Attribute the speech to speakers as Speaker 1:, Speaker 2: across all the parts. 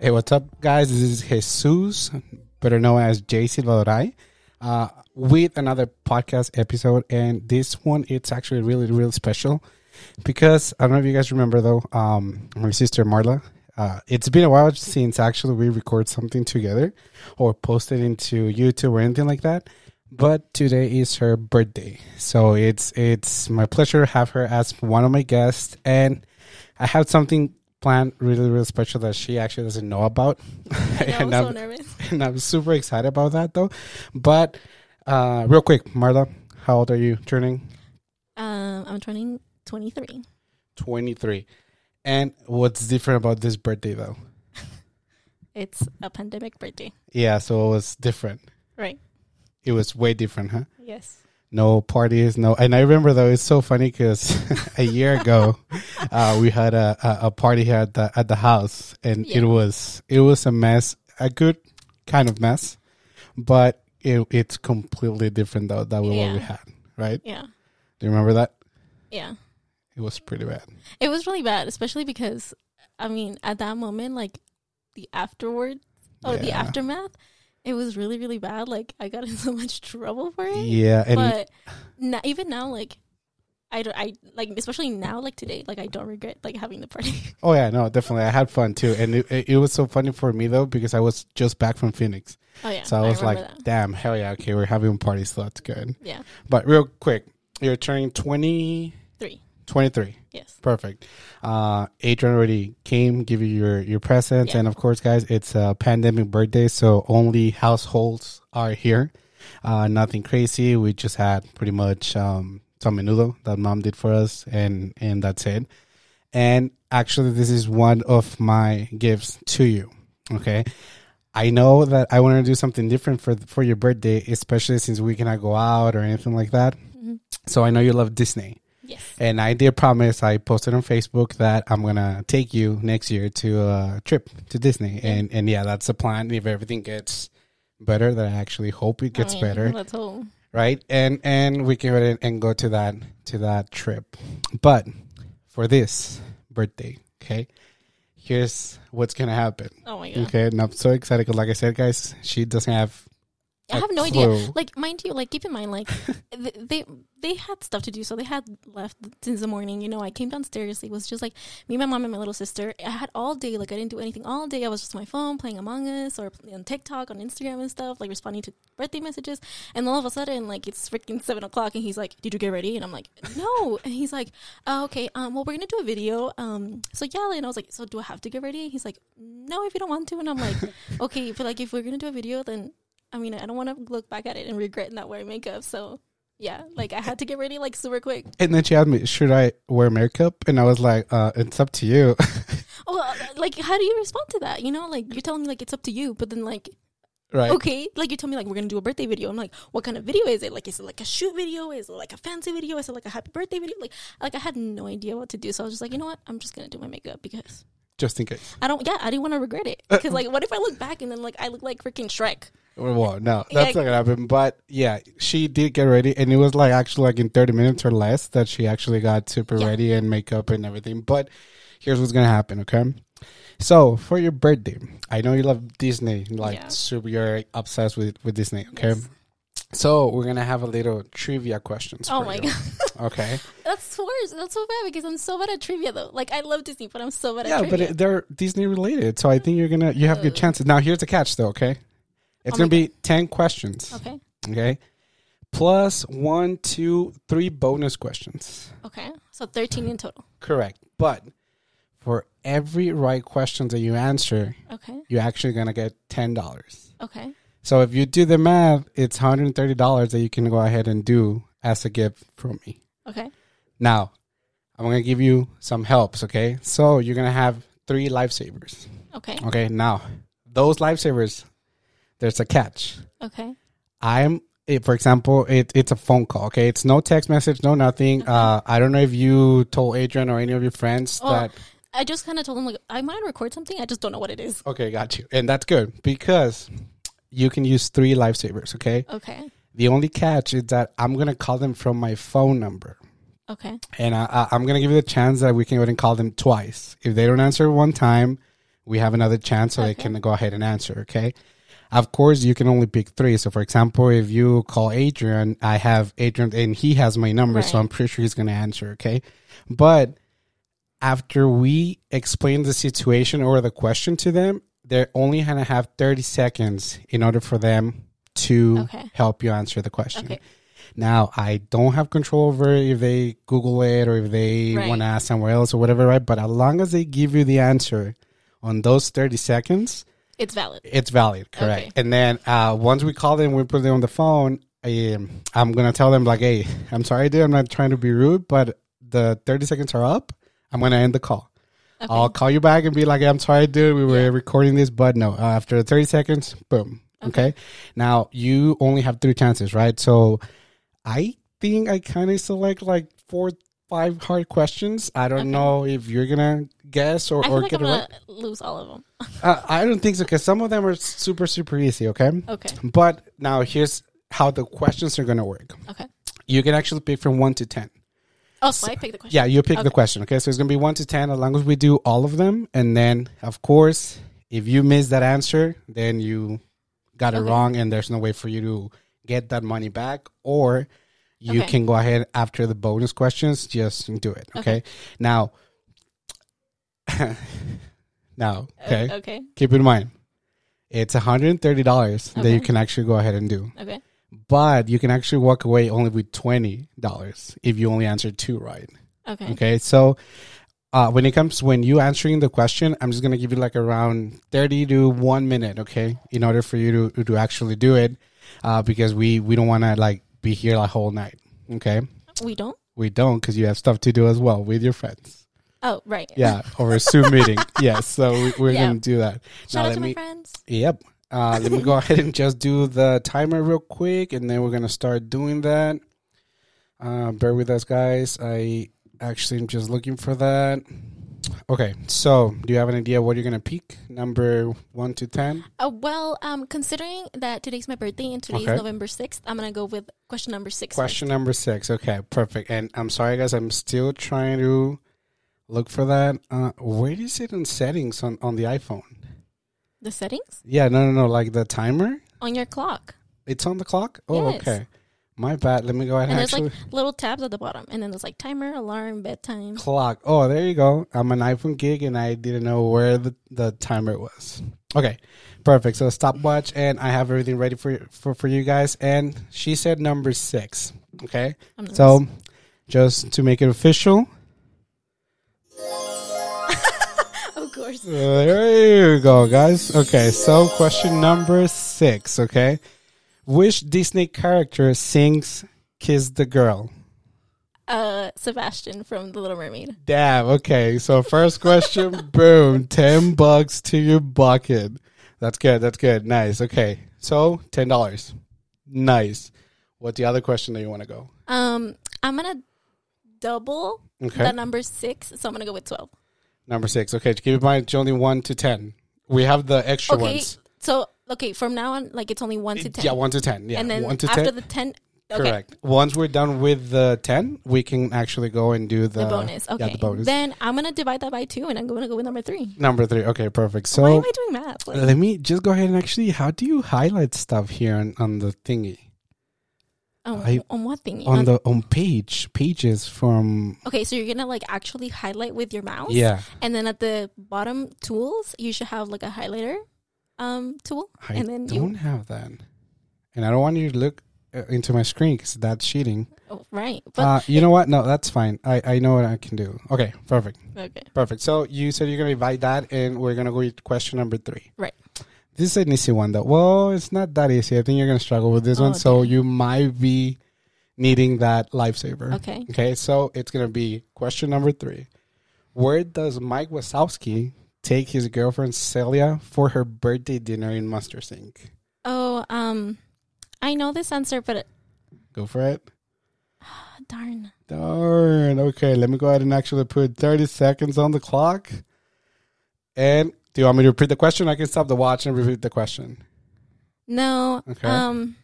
Speaker 1: what's up, guys? This is Jesus, better known as J Silvadorai, uh, with another podcast episode. And this one, it's actually really, really special because I don't know if you guys remember though, um, my sister Marla. Uh, it's been a while since actually we record something together or post it into YouTube or anything like that. But today is her birthday, so it's it's my pleasure to have her as one of my guests, and I have something planned really really special that she actually doesn't know about. and,
Speaker 2: I'm so
Speaker 1: I'm,
Speaker 2: nervous.
Speaker 1: and I'm super excited about that though. But uh, real quick, Marla, how old are you turning?
Speaker 2: Um, I'm turning 23.
Speaker 1: 23. And what's different about this birthday though?
Speaker 2: It's a pandemic birthday,
Speaker 1: Yeah, so it was different.
Speaker 2: right?
Speaker 1: It was way different, huh?
Speaker 2: Yes.
Speaker 1: No parties, no. And I remember though, it's so funny because a year ago, uh, we had a, a, a party here at the at the house, and
Speaker 2: Yeah.
Speaker 1: it was it was a mess, a good kind of mess, but it, it's completely different though that we what
Speaker 2: Yeah.
Speaker 1: we had, right?
Speaker 2: Yeah.
Speaker 1: Do you remember that?
Speaker 2: Yeah.
Speaker 1: It was pretty bad.
Speaker 2: It was really bad, especially because, I mean, at that moment, like the afterward or the
Speaker 1: Yeah.
Speaker 2: aftermath, it was really, really bad. Like I got in so much trouble for it.
Speaker 1: Yeah, and
Speaker 2: but na- even now, like, I don't, I like, especially now, like today, like I don't regret like having the party.
Speaker 1: Oh yeah, no, definitely. I had fun too, and it, it, it was so funny for me though because I was just back from Phoenix,
Speaker 2: oh yeah.
Speaker 1: so I was like,
Speaker 2: remember that.
Speaker 1: "Damn, hell yeah, okay, we're having a party, so that's good."
Speaker 2: yeah,
Speaker 1: But real quick, you're turning 20,
Speaker 2: three.
Speaker 1: 23.
Speaker 2: Yes.
Speaker 1: Perfect. Uh, Adrian already came, give you your your presents,
Speaker 2: Yeah.
Speaker 1: and of course, guys, it's a pandemic birthday, so only households are here. Uh, nothing crazy. We just had pretty much um, some menudo that mom did for us, and and that's it. And actually, this is one of my gifts to you. Okay. I know that I want to do something different for for your birthday, especially since we cannot go out or anything like that.
Speaker 2: Mm-hmm.
Speaker 1: So I know you love Disney.
Speaker 2: Yes.
Speaker 1: And I did promise, I posted on Facebook that I'm going to take you next year to a trip to Disney. And, and yeah, that's the plan. If everything gets better, that I actually hope it
Speaker 2: I
Speaker 1: gets
Speaker 2: mean,
Speaker 1: better.
Speaker 2: Let's hope.
Speaker 1: Right. And, and we can go ahead and go to that, to that trip. But for this birthday, okay, here's what's going to happen.
Speaker 2: Oh my god.
Speaker 1: Okay. And I'm so excited because like I said, guys, she doesn't have,
Speaker 2: I
Speaker 1: a
Speaker 2: have no
Speaker 1: clue.
Speaker 2: idea. Like, mind you, like keep in mind, like th- they they had stuff to do, so they had left since the morning. You know, I came downstairs. It was just like me, my mom, and my little sister. I had all day. Like, I didn't do anything all day. I was just on my phone playing Among Us or pl- on TikTok, on Instagram and stuff. Like responding to birthday messages. And all of a sudden, like it's freaking seven o'clock, and he's like, "Did you get ready?" And I'm like, "No." and he's like, oh, "Okay, um, well, we're gonna do a video. Um, so yeah." And I was like, "So do I have to get ready?" And he's like, "No, if you don't want to." And I'm like, "Okay, but like if we're gonna do a video, then." I mean, I don't want to look back at it and regret not wearing makeup. So, yeah, like I had to get ready like super quick.
Speaker 1: and then she asked me, should I wear makeup? And I was like, uh, it's up to you.
Speaker 2: Oh, uh, like how do you respond to that? You know, like you're telling me like it's up to you, but then like
Speaker 1: right.
Speaker 2: okay, like you tell me like we're gonna do a birthday video. I'm like, what kind of video is it? Like is it like a shoot video? Is it like a fancy video? Is it like a happy birthday video? Like like I had no idea what to do, so I was just like, you know what? I'm just gonna do my makeup because
Speaker 1: Just in case.
Speaker 2: I don't. Yeah, I didn't want to regret it because like what if I look back and then like I look like freaking Shrek?
Speaker 1: Well, no, that's
Speaker 2: Yeah.
Speaker 1: not gonna happen. But yeah, she did get ready, and it was like actually like in thirty minutes or less that she actually got super
Speaker 2: Yeah.
Speaker 1: ready and makeup and everything. But here's what's gonna happen, okay? So for your birthday, I know you love Disney, like
Speaker 2: Yeah.
Speaker 1: super, you're obsessed with with Disney, okay? So we're gonna have a little trivia questions.
Speaker 2: Oh
Speaker 1: for
Speaker 2: my
Speaker 1: you,
Speaker 2: god,
Speaker 1: Okay.
Speaker 2: that's worse. That's so bad because I'm so bad at trivia though. Like I love Disney, but I'm so bad
Speaker 1: yeah,
Speaker 2: at trivia.
Speaker 1: but it, they're Disney related, so I think you're gonna you have good chances. Now here's the catch, though. Okay, it's
Speaker 2: Oh my
Speaker 1: gonna be ten questions.
Speaker 2: okay.
Speaker 1: Okay. Plus one, two, three bonus questions.
Speaker 2: Okay. So 13 in total.
Speaker 1: Correct. But for every right question that you answer,
Speaker 2: Okay.
Speaker 1: you're actually going to get $10.
Speaker 2: Okay.
Speaker 1: So if you do the math, it's $130 that you can go ahead and do as a gift from me.
Speaker 2: Okay.
Speaker 1: Now, I'm going to give you some helps, okay? So you're going to have three lifesavers.
Speaker 2: Okay.
Speaker 1: Okay. Now, those lifesavers, there's a catch.
Speaker 2: Okay.
Speaker 1: I'm it, for example, it, it's a phone call. Okay, it's no text message, no nothing. Uh, I don't know if you told Adrian or any of your friends
Speaker 2: Oh.
Speaker 1: that.
Speaker 2: I just kind of told him, like, I might record something. I just don't know what it is.
Speaker 1: Okay, got you, and that's good because you can use three lifesavers. Okay,
Speaker 2: Okay.
Speaker 1: the only catch is that I'm gonna call them from my phone number,
Speaker 2: Okay.
Speaker 1: and I, I, I'm gonna give you the chance that we can go ahead and call them twice. If they don't answer one time, we have another chance so they
Speaker 2: Okay.
Speaker 1: can go ahead and answer, okay? Of course, you can only pick three. So, for example, if you call Adrian, I have Adrian and he has my number, so
Speaker 2: Right.
Speaker 1: I'm pretty sure he's going to answer, okay? But after we explain the situation or the question to them, they're only going to have 30 seconds in order for them to
Speaker 2: Okay.
Speaker 1: help you answer the question.
Speaker 2: Okay.
Speaker 1: Now, I don't have control over if they Google it or if they
Speaker 2: Right.
Speaker 1: want to ask somewhere else or whatever, right? But as long as they give you the answer on those 30 seconds,
Speaker 2: It's valid.
Speaker 1: it's valid, correct?
Speaker 2: Okay.
Speaker 1: And then uh, once we call them, we put them on the phone. Um, I'm going to tell them, like, hey, I'm sorry, dude, I'm not trying to be rude, but the 30 seconds are up. I'm going to end the call.
Speaker 2: Okay.
Speaker 1: I'll call you back and be like, I'm sorry, dude, we were recording this, but no. Uh, after the 30 seconds, boom. Okay. Now you only have three chances, right? So I think I kind of select like four, five hard questions. I don't
Speaker 2: Okay.
Speaker 1: know if you're gonna guess or,
Speaker 2: I feel
Speaker 1: or
Speaker 2: like
Speaker 1: get
Speaker 2: I'm
Speaker 1: it
Speaker 2: gonna
Speaker 1: right.
Speaker 2: lose all of them.
Speaker 1: Uh, I don't think so because some of them are super, super easy. Okay.
Speaker 2: Okay.
Speaker 1: But now here's how the questions are gonna work.
Speaker 2: Okay.
Speaker 1: You can actually pick from one to ten.
Speaker 2: Oh, so, I pick the question.
Speaker 1: Yeah, you pick the
Speaker 2: Okay.
Speaker 1: question. Okay, so it's gonna be one to ten. As long as we do all of them, and then of course, if you miss that answer, then you got it
Speaker 2: Okay.
Speaker 1: wrong, and there's no way for you to get that money back, or you
Speaker 2: Okay.
Speaker 1: can go ahead after the bonus questions, just do it. Okay,
Speaker 2: Okay.
Speaker 1: now, now, okay,
Speaker 2: O- Okay.
Speaker 1: keep in mind, it's one hundred and thirty dollars that you
Speaker 2: Okay.
Speaker 1: can actually go ahead and do,
Speaker 2: Okay.
Speaker 1: but you can actually walk away only with twenty dollars if you only answer two right.
Speaker 2: Okay.
Speaker 1: Okay, so uh, when it comes when you answering the question, I'm just gonna give you like around thirty to one minute, okay, in order for you to to actually do it, uh, because we we don't want to like be here the whole night. Okay,
Speaker 2: We don't.
Speaker 1: we don't because you have stuff to do as well with your friends.
Speaker 2: Oh, right.
Speaker 1: Yeah, or a Zoom meeting. Yes, so we, we're
Speaker 2: Yeah.
Speaker 1: gonna do that.
Speaker 2: Shout out to
Speaker 1: me.
Speaker 2: my friends.
Speaker 1: Yep. Uh, let me go ahead and just do the timer real quick, and then we're gonna start doing that. Uh, bear with us, guys. I actually am just looking for that. Okay, so do you have an idea what you're gonna pick? Number one to ten.
Speaker 2: Uh, well, um, considering that today's my birthday and today's
Speaker 1: Okay.
Speaker 2: November sixth, I'm gonna go with question number six. first.
Speaker 1: Question number six. Okay, perfect. And I'm sorry, guys. I'm still trying to look for that. Uh, where is it in settings on on the iPhone?
Speaker 2: The settings
Speaker 1: Yeah, no, no, no. Like the timer.
Speaker 2: on your clock,
Speaker 1: It's on the clock. Oh,
Speaker 2: Yes.
Speaker 1: okay. My bad. Let me go ahead and,
Speaker 2: and there's
Speaker 1: actually.
Speaker 2: like little tabs at the bottom, and then there's like timer, alarm, bedtime.
Speaker 1: clock. Oh, there you go. I'm an iPhone gig and I didn't know where the, the timer was. Okay, perfect. So stopwatch and I have everything ready for, for for you guys. And she said number six. Okay,
Speaker 2: I'm nervous.
Speaker 1: so just to make it official,
Speaker 2: of course.
Speaker 1: Uh, there you go, guys. Okay, so question number six. Okay, which Disney character sings "Kiss the Girl"?
Speaker 2: Uh, Sebastian from The Little Mermaid.
Speaker 1: Damn. Okay. So first question, boom, ten bucks to your bucket. That's good. That's good. Nice. Okay. So ten dollars. Nice. What's the other question that you want to go?
Speaker 2: Um, I'm gonna double
Speaker 1: Okay.
Speaker 2: the number six, so I'm gonna go with twelve.
Speaker 1: Number six. Okay. Keep in mind, it's only one to ten. We have the extra
Speaker 2: Okay.
Speaker 1: ones.
Speaker 2: So okay, from now on, like it's only one to ten.
Speaker 1: Yeah, one to ten. Yeah,
Speaker 2: and then
Speaker 1: one to
Speaker 2: after
Speaker 1: ten.
Speaker 2: the ten, okay,
Speaker 1: Correct. Once we're done with the ten, we can actually go and do the,
Speaker 2: the bonus. Okay,
Speaker 1: Uh, Yeah, the bonus.
Speaker 2: then I'm gonna divide that by two, and I'm gonna go with number three.
Speaker 1: Number three. Okay. Perfect. So. uh,
Speaker 2: Why am I doing math? Like,
Speaker 1: let me just go ahead and actually, how do you highlight stuff here on, on the thingy?
Speaker 2: on,
Speaker 1: I-
Speaker 2: on what thing?
Speaker 1: on the on page pages from
Speaker 2: okay, so you're gonna like actually highlight with your mouse.
Speaker 1: yeah
Speaker 2: And then at the bottom tools, you should have like a highlighter um tool,
Speaker 1: i
Speaker 2: and then
Speaker 1: don't
Speaker 2: you
Speaker 1: have that and i don't want you to look uh, into my screen because that's cheating
Speaker 2: oh, right. But
Speaker 1: uh, you know what no that's fine i i know what i can do okay perfect
Speaker 2: okay,
Speaker 1: perfect so you said you're gonna divide that and we're gonna go with question number three
Speaker 2: Right.
Speaker 1: this is an easy one though well it's not that easy i think you're gonna struggle with this
Speaker 2: Oh,
Speaker 1: one so
Speaker 2: damn.
Speaker 1: you might be needing that lifesaver
Speaker 2: okay.
Speaker 1: Okay, so it's gonna be question number three. Where does Mike Wazowski take his girlfriend Celia for her birthday dinner in Monster Inc?
Speaker 2: Oh, um, I know this answer, but
Speaker 1: Go for it.
Speaker 2: ah, darn.
Speaker 1: Darn. Okay, let me go ahead and actually put 30 seconds on the clock. And do you want me to repeat the question? I can stop the watch and repeat the question.
Speaker 2: No.
Speaker 1: Okay.
Speaker 2: Um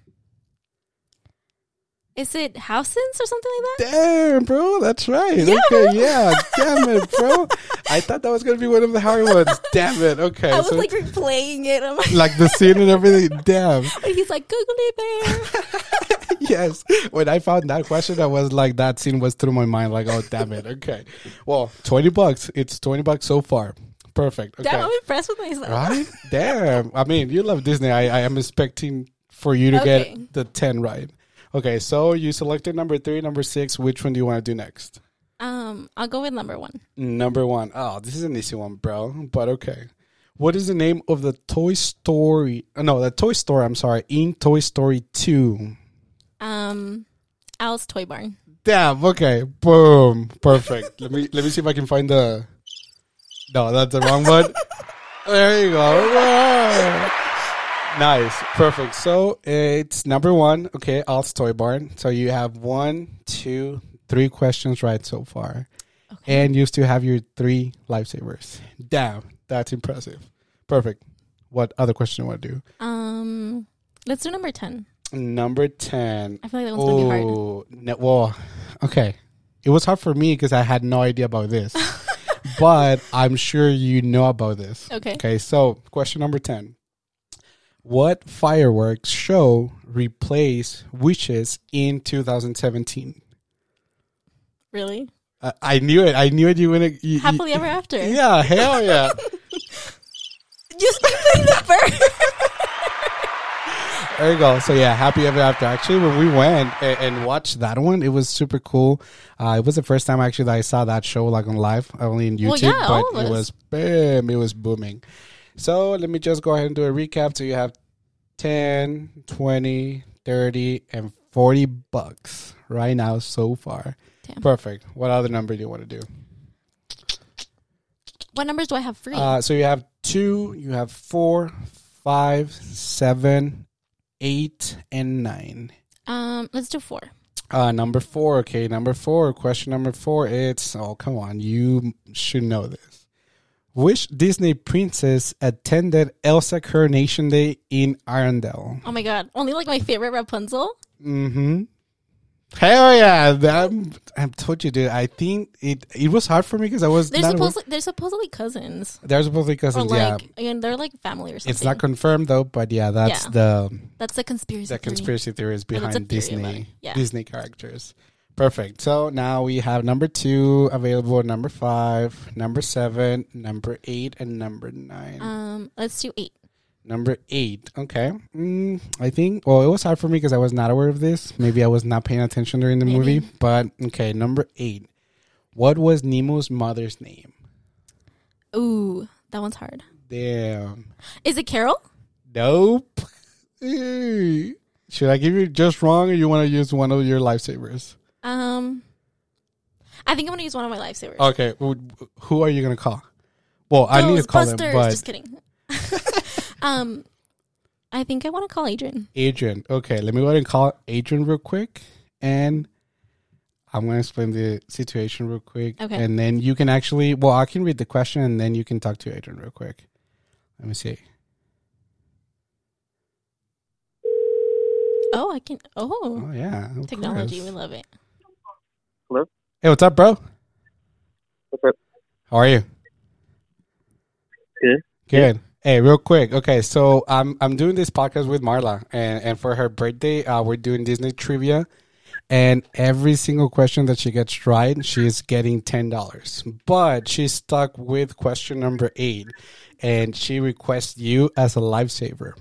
Speaker 2: Is it Housens or something like that?
Speaker 1: Damn, bro, that's right.
Speaker 2: Yeah,
Speaker 1: okay, yeah, damn it, bro. I thought that was gonna be one of the hard ones. Damn it. Okay,
Speaker 2: I was
Speaker 1: so
Speaker 2: like replaying it. I'm like,
Speaker 1: like the scene and everything. Damn.
Speaker 2: and he's like googly bear.
Speaker 1: yes. When I found that question, I was like, that scene was through my mind. Like, oh, damn it. Okay. Well, 20 bucks. It's 20 bucks so far. Perfect. Okay.
Speaker 2: Damn, I'm impressed with myself.
Speaker 1: Right? Damn. I mean, you love Disney. I, I am expecting for you to
Speaker 2: Okay.
Speaker 1: get the 10 right. Okay. So you selected number three, number six. Which one do you want to do next?
Speaker 2: Um, I'll go with number one.
Speaker 1: Number one. Oh, this is an easy one, bro. But okay. What is the name of the Toy Story? uh, No, the Toy Store. I'm sorry. In Toy Story 2.
Speaker 2: Um, Al's Toy Barn.
Speaker 1: Damn. Okay. Boom. Perfect. let me let me see if I can find the. No, that's the wrong one. there you go. Wow. Nice. Perfect. So it's number one. Okay, Al's Toy Barn. So you have one, two, three questions right so far,
Speaker 2: Okay.
Speaker 1: and you still have your three lifesavers. Damn, that's impressive. Perfect. What other question do you want to do?
Speaker 2: Um, let's do number ten.
Speaker 1: Number ten.
Speaker 2: I feel like that one's gonna be hard.
Speaker 1: Oh, no, well, okay. It was hard for me because I had no idea about this, but I'm sure you know about this.
Speaker 2: Okay.
Speaker 1: Okay, so question number 10. What fireworks show replaced Wishes in 2017?
Speaker 2: Really?
Speaker 1: Uh, I knew it. I knew it. You wouldn't. You,
Speaker 2: Happily
Speaker 1: you-
Speaker 2: ever after.
Speaker 1: Yeah, hell yeah.
Speaker 2: Just keep playing the bird.
Speaker 1: There you go. So yeah, happy ever after. Actually, when we went and, and watched that one, it was super cool. Uh, it was the first time actually that I saw that show like on live, uh, only in
Speaker 2: Well,
Speaker 1: YouTube,
Speaker 2: yeah, all
Speaker 1: but
Speaker 2: of
Speaker 1: it
Speaker 2: us.
Speaker 1: was bam, it was booming. So let me just go ahead and do a recap. So you have 10, 20, 30, and 40 bucks right now so far.
Speaker 2: Damn.
Speaker 1: Perfect. What other number do you want to do?
Speaker 2: what numbers do I have free?
Speaker 1: Uh, so you have two, you have four, five, seven, eight, and nine.
Speaker 2: um, let's do four.
Speaker 1: Uh, number four. Okay, number four. Question number four. It's oh come on, you should know this. Which Disney princess attended Elsa Coronation Day in Arendelle?
Speaker 2: Oh my god! Only like my favorite Rapunzel.
Speaker 1: Mm-hmm. Hell yeah! I'm, I told you, dude. I think it it was hard for me because I was
Speaker 2: They're
Speaker 1: not.
Speaker 2: supposedly they're supposedly cousins
Speaker 1: they're supposedly
Speaker 2: or
Speaker 1: cousins.
Speaker 2: like
Speaker 1: yeah,
Speaker 2: and they're like family or something.
Speaker 1: it's not confirmed though, but yeah, that's
Speaker 2: Yeah.
Speaker 1: the
Speaker 2: That's the conspiracy.
Speaker 1: the
Speaker 2: theory.
Speaker 1: conspiracy theories
Speaker 2: it's a
Speaker 1: behind
Speaker 2: theory, but
Speaker 1: Disney
Speaker 2: yeah.
Speaker 1: Disney characters. Perfect. So now we have number two available, number five, number seven, number eight, and number nine.
Speaker 2: Um, let's do eight.
Speaker 1: number eight. Okay. Mm, I think, well, it was hard for me because I was not aware of this. Maybe I was not paying attention during the
Speaker 2: Maybe.
Speaker 1: movie. But okay, number eight. What was Nemo's mother's name?
Speaker 2: Ooh, that one's hard.
Speaker 1: Damn.
Speaker 2: Is it Carol?
Speaker 1: Nope. Hey. Should I give you just wrong or you want to use one of your lifesavers?
Speaker 2: Um, I think I'm gonna use one of my lifesavers.
Speaker 1: Okay, who- who are you gonna call? Well, Oh, I need to call him,
Speaker 2: Ghostbusters.
Speaker 1: but
Speaker 2: Just kidding. um, I think I want to call Adrian.
Speaker 1: Adrian. Okay, let me go ahead and call Adrian real quick, and I'm gonna explain the situation real quick,
Speaker 2: Okay.
Speaker 1: and then you can actually. Well, I can read the question, and then you can talk to Adrian real quick. Let me see.
Speaker 2: Oh, I can. Oh,
Speaker 1: Oh yeah, of
Speaker 2: technology, we
Speaker 1: course.
Speaker 2: love it.
Speaker 1: Hey, what's up, bro?
Speaker 3: What's up?
Speaker 1: How are you?
Speaker 3: Good.
Speaker 1: Good. Hey, real quick. Okay, so I'm I'm doing this podcast with Marla, and and for her birthday, uh, we're doing Disney trivia, and every single question that she gets right, she is getting ten dollars. But she's stuck with question number eight, and she requests you as a lifesaver.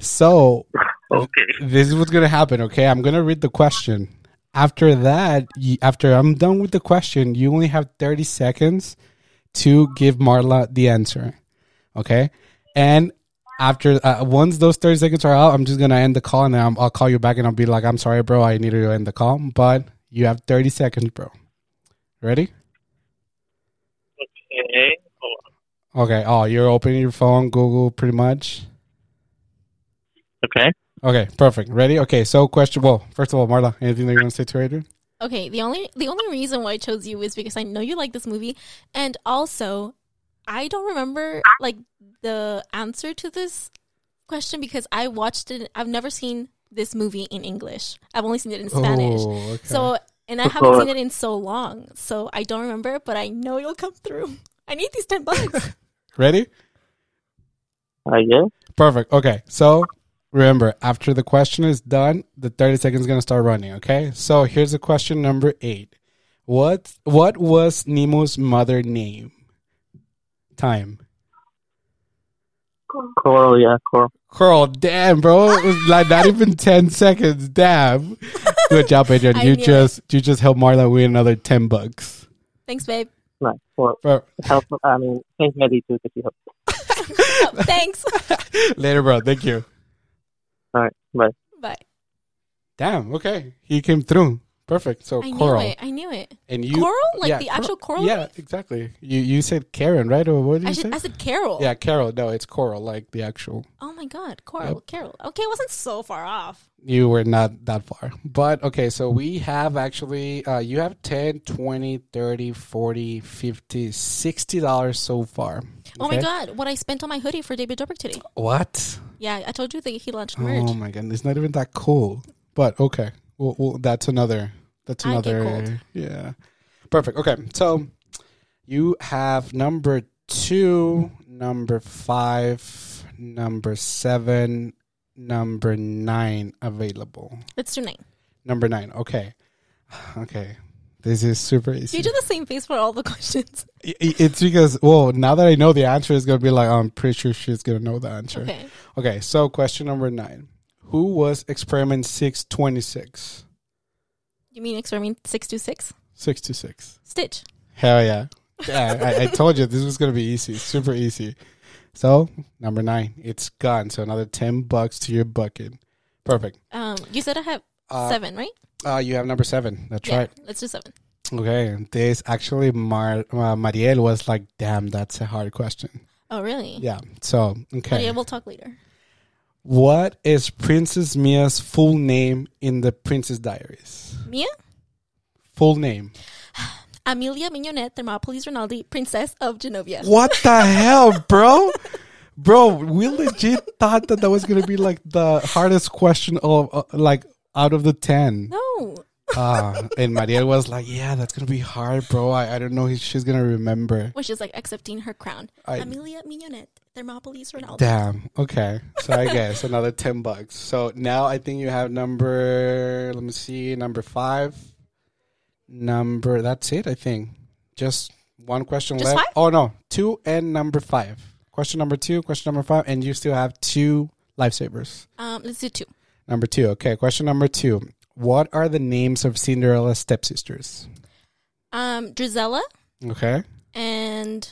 Speaker 1: So
Speaker 3: Okay.
Speaker 1: this is what's gonna happen. Okay, I'm gonna read the question. After that, y- after I'm done with the question, you only have 30 seconds to give Marla the answer. Okay, and after uh, once those 30 seconds are out, I'm just gonna end the call and I'm, I'll call you back and I'll be like, "I'm sorry, bro, I needed to end the call." But you have 30 seconds, bro. Ready?
Speaker 3: Okay. Hold on.
Speaker 1: Okay. Oh, you're opening your phone, Google, pretty much.
Speaker 3: Okay.
Speaker 1: Okay, perfect. Ready? Okay, so question. Well, first of all, Marla, anything that you want to say to Adrian?
Speaker 2: Okay, the only the only reason why I chose you is because I know you like this movie, and also I don't remember like the answer to this question because I watched it. I've never seen this movie in English. I've only seen it in Spanish.
Speaker 1: Oh, okay.
Speaker 2: So, and I
Speaker 3: Of
Speaker 2: haven't
Speaker 3: course.
Speaker 2: seen it in so long, so I don't remember. But I know you'll come through. I need these ten bucks.
Speaker 1: ready?
Speaker 3: I guess.
Speaker 1: Perfect. Okay. So remember, after the question is done, the 30 seconds is gonna start running. Okay. So here's the question number eight. What what was Nemo's mother name? Time.
Speaker 3: Coral, yeah, coral.
Speaker 1: Girl, damn, bro. It was like not even ten seconds. Damn. Good job, Adrian.
Speaker 2: I
Speaker 1: You
Speaker 2: knew it.
Speaker 1: just you just helped Marla win another ten bucks.
Speaker 2: Thanks, babe.
Speaker 3: Nice. Well,
Speaker 1: Bro,
Speaker 3: help. I mean, thank Maddie too because she helped.
Speaker 2: Oh, thanks.
Speaker 1: later, bro. Thank you.
Speaker 3: All right, bye.
Speaker 2: But
Speaker 1: Damn. Okay, he came through. Perfect. So
Speaker 2: I knew
Speaker 1: Oh, coral
Speaker 2: it. I knew it.
Speaker 1: and you.
Speaker 2: coral, like
Speaker 1: yeah,
Speaker 2: the
Speaker 1: Cor-
Speaker 2: actual coral.
Speaker 1: Yeah, exactly. You you said Karen, right? Or what did
Speaker 2: I,
Speaker 1: you
Speaker 2: should,
Speaker 1: say?
Speaker 2: I said Carol.
Speaker 1: Yeah, Carol. No, it's Coral, like the actual.
Speaker 2: Oh my God, Coral, Carol. Okay, it wasn't so far off.
Speaker 1: You were not that far. But okay, so we have actually, uh, you have 10, 20, 30, 40, 50, 60 dollars so far.
Speaker 2: Oh my
Speaker 1: Okay?
Speaker 2: God, what I spent on my hoodie for David Dobrik today.
Speaker 1: What?
Speaker 2: Yeah, I told you that he launched merch.
Speaker 1: Oh my god, it's not even that cool. But okay, well, well that's another. That's
Speaker 2: I get
Speaker 1: another.
Speaker 2: cold.
Speaker 1: Yeah, perfect. Okay, so you have number two, number five, number seven, number nine available.
Speaker 2: Let's do nine.
Speaker 1: Number nine. Okay, okay. This is super
Speaker 2: Do
Speaker 1: easy.
Speaker 2: you do the same face for all the questions?
Speaker 1: I- I- it's because well, now that I know the answer, it's gonna be like I'm pretty sure she's gonna know the answer.
Speaker 2: Okay.
Speaker 1: Okay, so question number nine. Who was experiment 626?
Speaker 2: You mean experiment six two six?
Speaker 1: 626.
Speaker 2: Stitch.
Speaker 1: Hell yeah. yeah I, I told you this was going to be easy, super easy. So, number nine, it's gone. So, another 10 bucks to your bucket. Perfect.
Speaker 2: Um, you said I have
Speaker 1: Uh,
Speaker 2: seven, right?
Speaker 1: Uh, you have number seven. That's right.
Speaker 2: Let's do seven.
Speaker 1: Okay. This actually, Mar- uh, Mariel was like, damn, that's a hard question.
Speaker 2: Oh, really?
Speaker 1: Yeah. So,
Speaker 2: But
Speaker 1: okay.
Speaker 2: yeah, we'll talk later.
Speaker 1: What is Princess Mia's full name in the Princess Diaries?
Speaker 2: Mia,
Speaker 1: Full name.
Speaker 2: Amelia Mignonette Thermopolis Rinaldi, Princess of Genovia.
Speaker 1: What the hell, bro? Bro, we legit thought that that was gonna be like the hardest question of uh, like out of the ten.
Speaker 2: No.
Speaker 1: Ah, and Mariel was like, "Yeah, that's gonna be hard, bro. I, I don't know if she's gonna remember."
Speaker 2: Which is like accepting her crown.
Speaker 1: I-
Speaker 2: Amelia Mignonette Thermopolis Rinaldi.
Speaker 1: Damn. Okay. So I guess another ten bucks. So now I think you have number. Let me see. Number five. Number. That's it. I think. Just one question
Speaker 2: Just
Speaker 1: left.
Speaker 2: five?
Speaker 1: Oh no, two and number five. Question number two. Question number five, and you still have two lifesavers.
Speaker 2: Um, let's do two.
Speaker 1: Number two. Okay. Question number two. What are the names of Cinderella's stepsisters?
Speaker 2: Um, Drizella
Speaker 1: Okay.
Speaker 2: and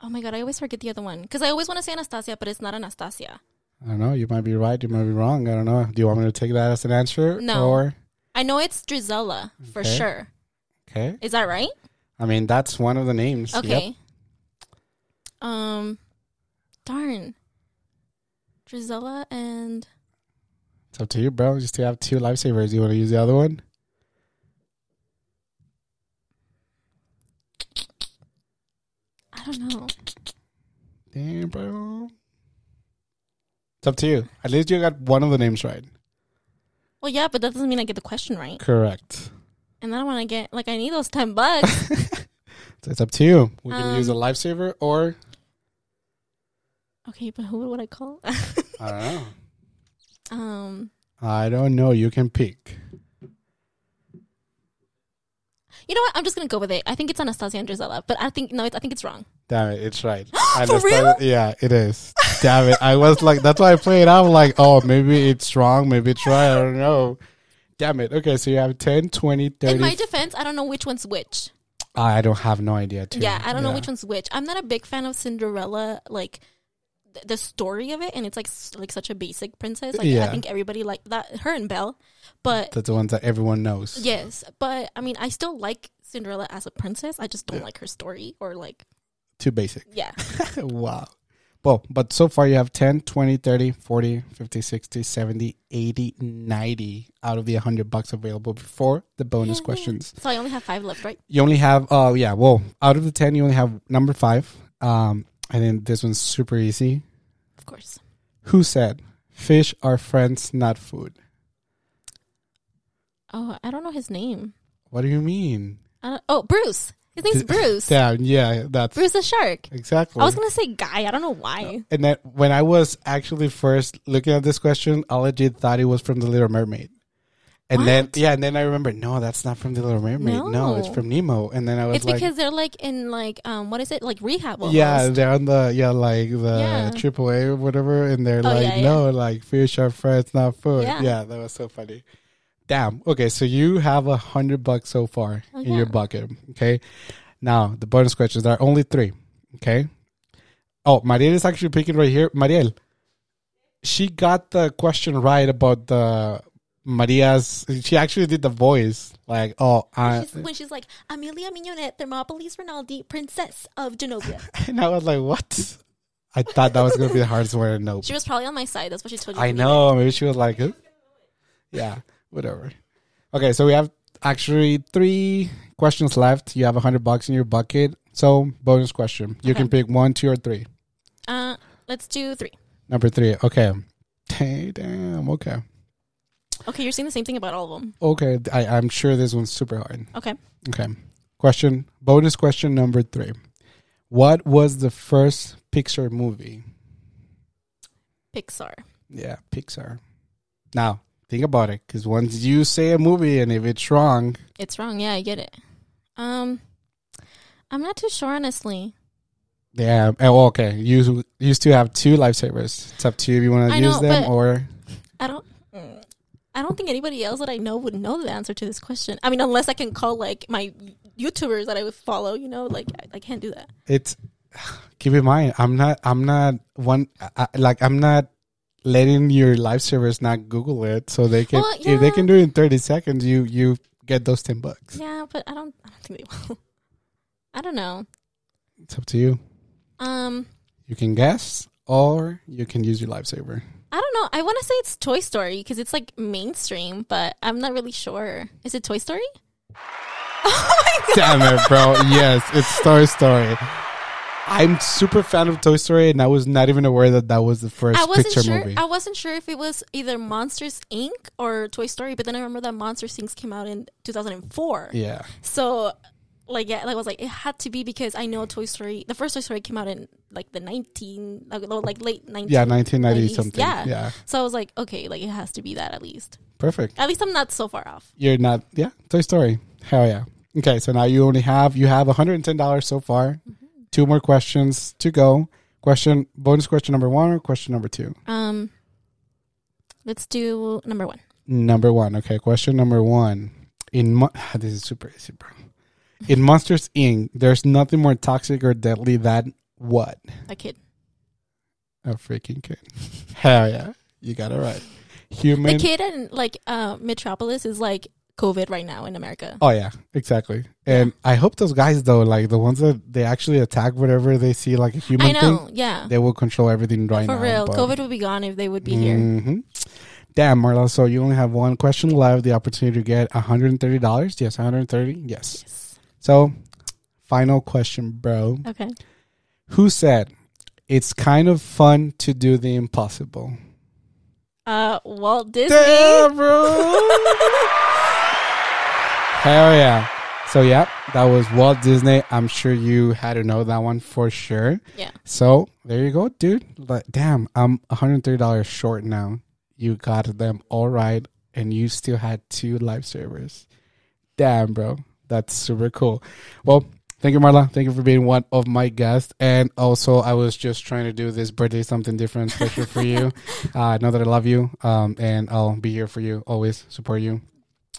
Speaker 2: oh my god, I always forget the other one because I always want to say Anastasia, but it's not Anastasia.
Speaker 1: I don't know. You might be right. You might be wrong. I don't know. Do you want me to take that as an answer?
Speaker 2: No.
Speaker 1: Or
Speaker 2: I know it's Drizella for
Speaker 1: Okay.
Speaker 2: sure.
Speaker 1: okay.
Speaker 2: Is that right?
Speaker 1: I mean, that's one of the names. Yep.
Speaker 2: Okay. Um, darn. Drizella and
Speaker 1: It's up to you, bro. You still have two lifesavers. You want to use the other one?
Speaker 2: I don't know.
Speaker 1: Damn, bro. It's up to you. At least you got one of the names right.
Speaker 2: Well, yeah, but that doesn't mean I get the question right.
Speaker 1: Correct.
Speaker 2: And I don't want to get like I need those ten bucks.
Speaker 1: So it's up to you. We can use a
Speaker 2: Um,
Speaker 1: lifesaver or
Speaker 2: okay, but who would I call?
Speaker 1: I don't know.
Speaker 2: um,
Speaker 1: I don't know. You can pick.
Speaker 2: you know what? I'm just gonna go with it. I think it's Anastasia and Drizella, but I think no, it's, I think it's wrong.
Speaker 1: Damn it, it's right.
Speaker 2: For real?
Speaker 1: Yeah, it is. Damn it. I was like that's why I played out like, oh maybe it's wrong, maybe it's right, I don't know. Damn it. Okay, so you have 10, 20, 30.
Speaker 2: In my defense, I don't know which one's which.
Speaker 1: I don't have no idea too.
Speaker 2: Yeah, I don't know which one's which. I'm not a big fan of Cinderella, like th- the story of it, and it's like s- like such a basic princess. Like
Speaker 1: Yeah.
Speaker 2: I think everybody like that her and Belle, but
Speaker 1: That's the ones that everyone knows.
Speaker 2: yes, but I mean I still like Cinderella as a princess. I just don't like her story or like
Speaker 1: Too basic.
Speaker 2: yeah.
Speaker 1: wow. Well, but so far you have 10, 20, 30, 40, 50, 60, 70, 80, 90 out of the 100 bucks available before the bonus questions.
Speaker 2: So I only have five left, right?
Speaker 1: You only have, oh, yeah, well, out of the 10, you only have number five. Um, and then this one's super easy.
Speaker 2: Of course.
Speaker 1: Who said Fish are friends, not food.
Speaker 2: Oh, I don't know his name.
Speaker 1: What do you mean?
Speaker 2: I don't, oh, Bruce. His name's Bruce.
Speaker 1: Yeah, yeah, that's
Speaker 2: Bruce the shark.
Speaker 1: exactly.
Speaker 2: I was gonna say guy. I don't know why.
Speaker 1: and then when I was actually first looking at this question, I legit thought it was from The Little Mermaid. And then
Speaker 2: What?
Speaker 1: yeah, and then I remember, no, that's not from The Little Mermaid. No, it's
Speaker 2: No.
Speaker 1: from Nemo. And then I was
Speaker 2: It's
Speaker 1: like,
Speaker 2: because they're like in like um what is it like rehab? Almost.
Speaker 1: yeah, they're on the yeah, like
Speaker 2: Yeah.
Speaker 1: the triple AAA or whatever, and they're
Speaker 2: Oh,
Speaker 1: like,
Speaker 2: yeah, yeah.
Speaker 1: no, like fish are friends, not food. Yeah.
Speaker 2: Yeah.
Speaker 1: that was so funny. Damn. Okay, so you have a hundred bucks so far
Speaker 2: Oh,
Speaker 1: in your
Speaker 2: yeah.
Speaker 1: bucket. Okay, now the bonus questions there are only three. Okay. Oh, Mariel is actually picking right here. Mariel, she got the question right about the Maria's. She actually did the voice like, oh, I,
Speaker 2: She's, when she's like Amelia Mignonette, Thermopolis Rinaldi, Princess of Genovia.
Speaker 1: and I was like, what? I thought that was gonna be the hardest one. Nope.
Speaker 2: she was probably on my side. That's what she told you.
Speaker 1: I know. Maybe she was like, "Huh?" yeah, whatever. Okay, so we have actually three questions left. You have a hundred bucks in your bucket. So bonus question. You can pick one, two, or three.
Speaker 2: Uh, let's do three.
Speaker 1: Number three. Okay. Hey, damn. Okay.
Speaker 2: Okay, you're saying the same thing about all of them.
Speaker 1: Okay. I, I'm sure this one's super hard.
Speaker 2: Okay.
Speaker 1: Okay. Question. Bonus question number three. What was the first Pixar movie?
Speaker 2: Pixar.
Speaker 1: Yeah, Pixar. Now think about it, because once you say a movie and if it's wrong,
Speaker 2: It's wrong. Yeah, I get it. Um, I'm not too sure, honestly.
Speaker 1: Yeah. Oh, okay. You used to have two lifesavers. It's up to you if you want to
Speaker 2: I
Speaker 1: use
Speaker 2: know,
Speaker 1: them
Speaker 2: but-
Speaker 1: or.
Speaker 2: I don't. I don't think anybody else that I know would know the answer to this question. I mean, unless I can call like my YouTubers that I would follow. You know, like I, I can't do that.
Speaker 1: It's. Keep in mind, I'm not. I'm not one. I, I- like I'm not letting your lifesavers not Google it, so they can.
Speaker 2: Well,
Speaker 1: If they
Speaker 2: yeah.
Speaker 1: can do it in 30 seconds, you you get those 10 bucks.
Speaker 2: Yeah, but I don't. I don't think they will. I don't know.
Speaker 1: It's up to you.
Speaker 2: Um,
Speaker 1: You can guess, or you can use your lifesaver.
Speaker 2: I don't know. I want to say it's Toy Story because it's like mainstream, but I'm not really sure. Is it Toy Story? Oh my god!
Speaker 1: Damn it, bro. Yes, it's Toy Story. I'm super fan of Toy Story, and I was not even aware that that was the first
Speaker 2: I wasn't
Speaker 1: picture
Speaker 2: sure.
Speaker 1: movie.
Speaker 2: I wasn't sure if it was either Monsters Inc. or Toy Story, but then I remember that Monsters Inc. came out in 2004.
Speaker 1: yeah.
Speaker 2: So, like, yeah, like, I was like, it had to be because I know Toy Story. The first Toy Story came out in like the 19, like, no, like late 19.
Speaker 1: Yeah, 1990
Speaker 2: 90s.
Speaker 1: something.
Speaker 2: Yeah.
Speaker 1: yeah.
Speaker 2: So I was like, okay, like it has to be that at least.
Speaker 1: Perfect.
Speaker 2: At least I'm not so far off.
Speaker 1: You're not. Yeah. Toy Story. Hell yeah. Okay. So now you only have you have $110 so far.
Speaker 2: Mm-hmm.
Speaker 1: Two more questions to go. Question bonus question number one or question number two?
Speaker 2: Um, let's do number one.
Speaker 1: Number one. Okay. Question number one. In Mo- this is super easy, bro. In Monsters Inc., there's nothing more toxic or deadly than what
Speaker 2: A kid,
Speaker 1: a freaking kid. Hell yeah, you got it right. Human.
Speaker 2: the kid, in like uh, Metropolis is like COVID right now in America.
Speaker 1: Oh yeah, exactly. And I hope those guys though, like the ones that they actually attack whatever they see like a human
Speaker 2: I know.
Speaker 1: thing,
Speaker 2: yeah,
Speaker 1: they will control everything right
Speaker 2: for
Speaker 1: now.
Speaker 2: real. COVID would be gone if they would be here.
Speaker 1: hmm Damn, Marla. So you only have one question left. The opportunity to get one hundred and thirty dollars. Yes, one hundred and thirty. Yes.
Speaker 2: Yes.
Speaker 1: So, final question, bro.
Speaker 2: Okay.
Speaker 1: Who said it's kind of fun to do the impossible?
Speaker 2: Uh, Walt Disney.
Speaker 1: Damn, bro. Hell yeah. So, yeah, that was Walt Disney. I'm sure you had to know that one for sure.
Speaker 2: yeah.
Speaker 1: So, there you go, dude. Like, damn, I'm $130 short now. You got them all right, and you still had two live servers. Damn, bro. That's super cool. Well, thank you, Marla. Thank you for being one of my guests. And also, I was just trying to do this birthday something different, special for you. Uh, I know that I love you, um, and I'll be here for you, always support you.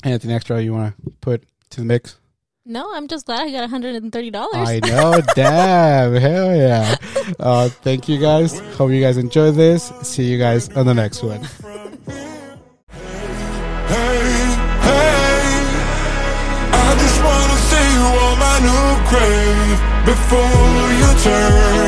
Speaker 1: Anything extra you want to put to the mix?
Speaker 2: No, I'm just glad I got $130.
Speaker 1: I know, damn, hell yeah. Uh, thank you guys. Hope you guys enjoyed this. See you guys on the next one.
Speaker 4: Hey, hey, I just wanna see you on my new grave before you turn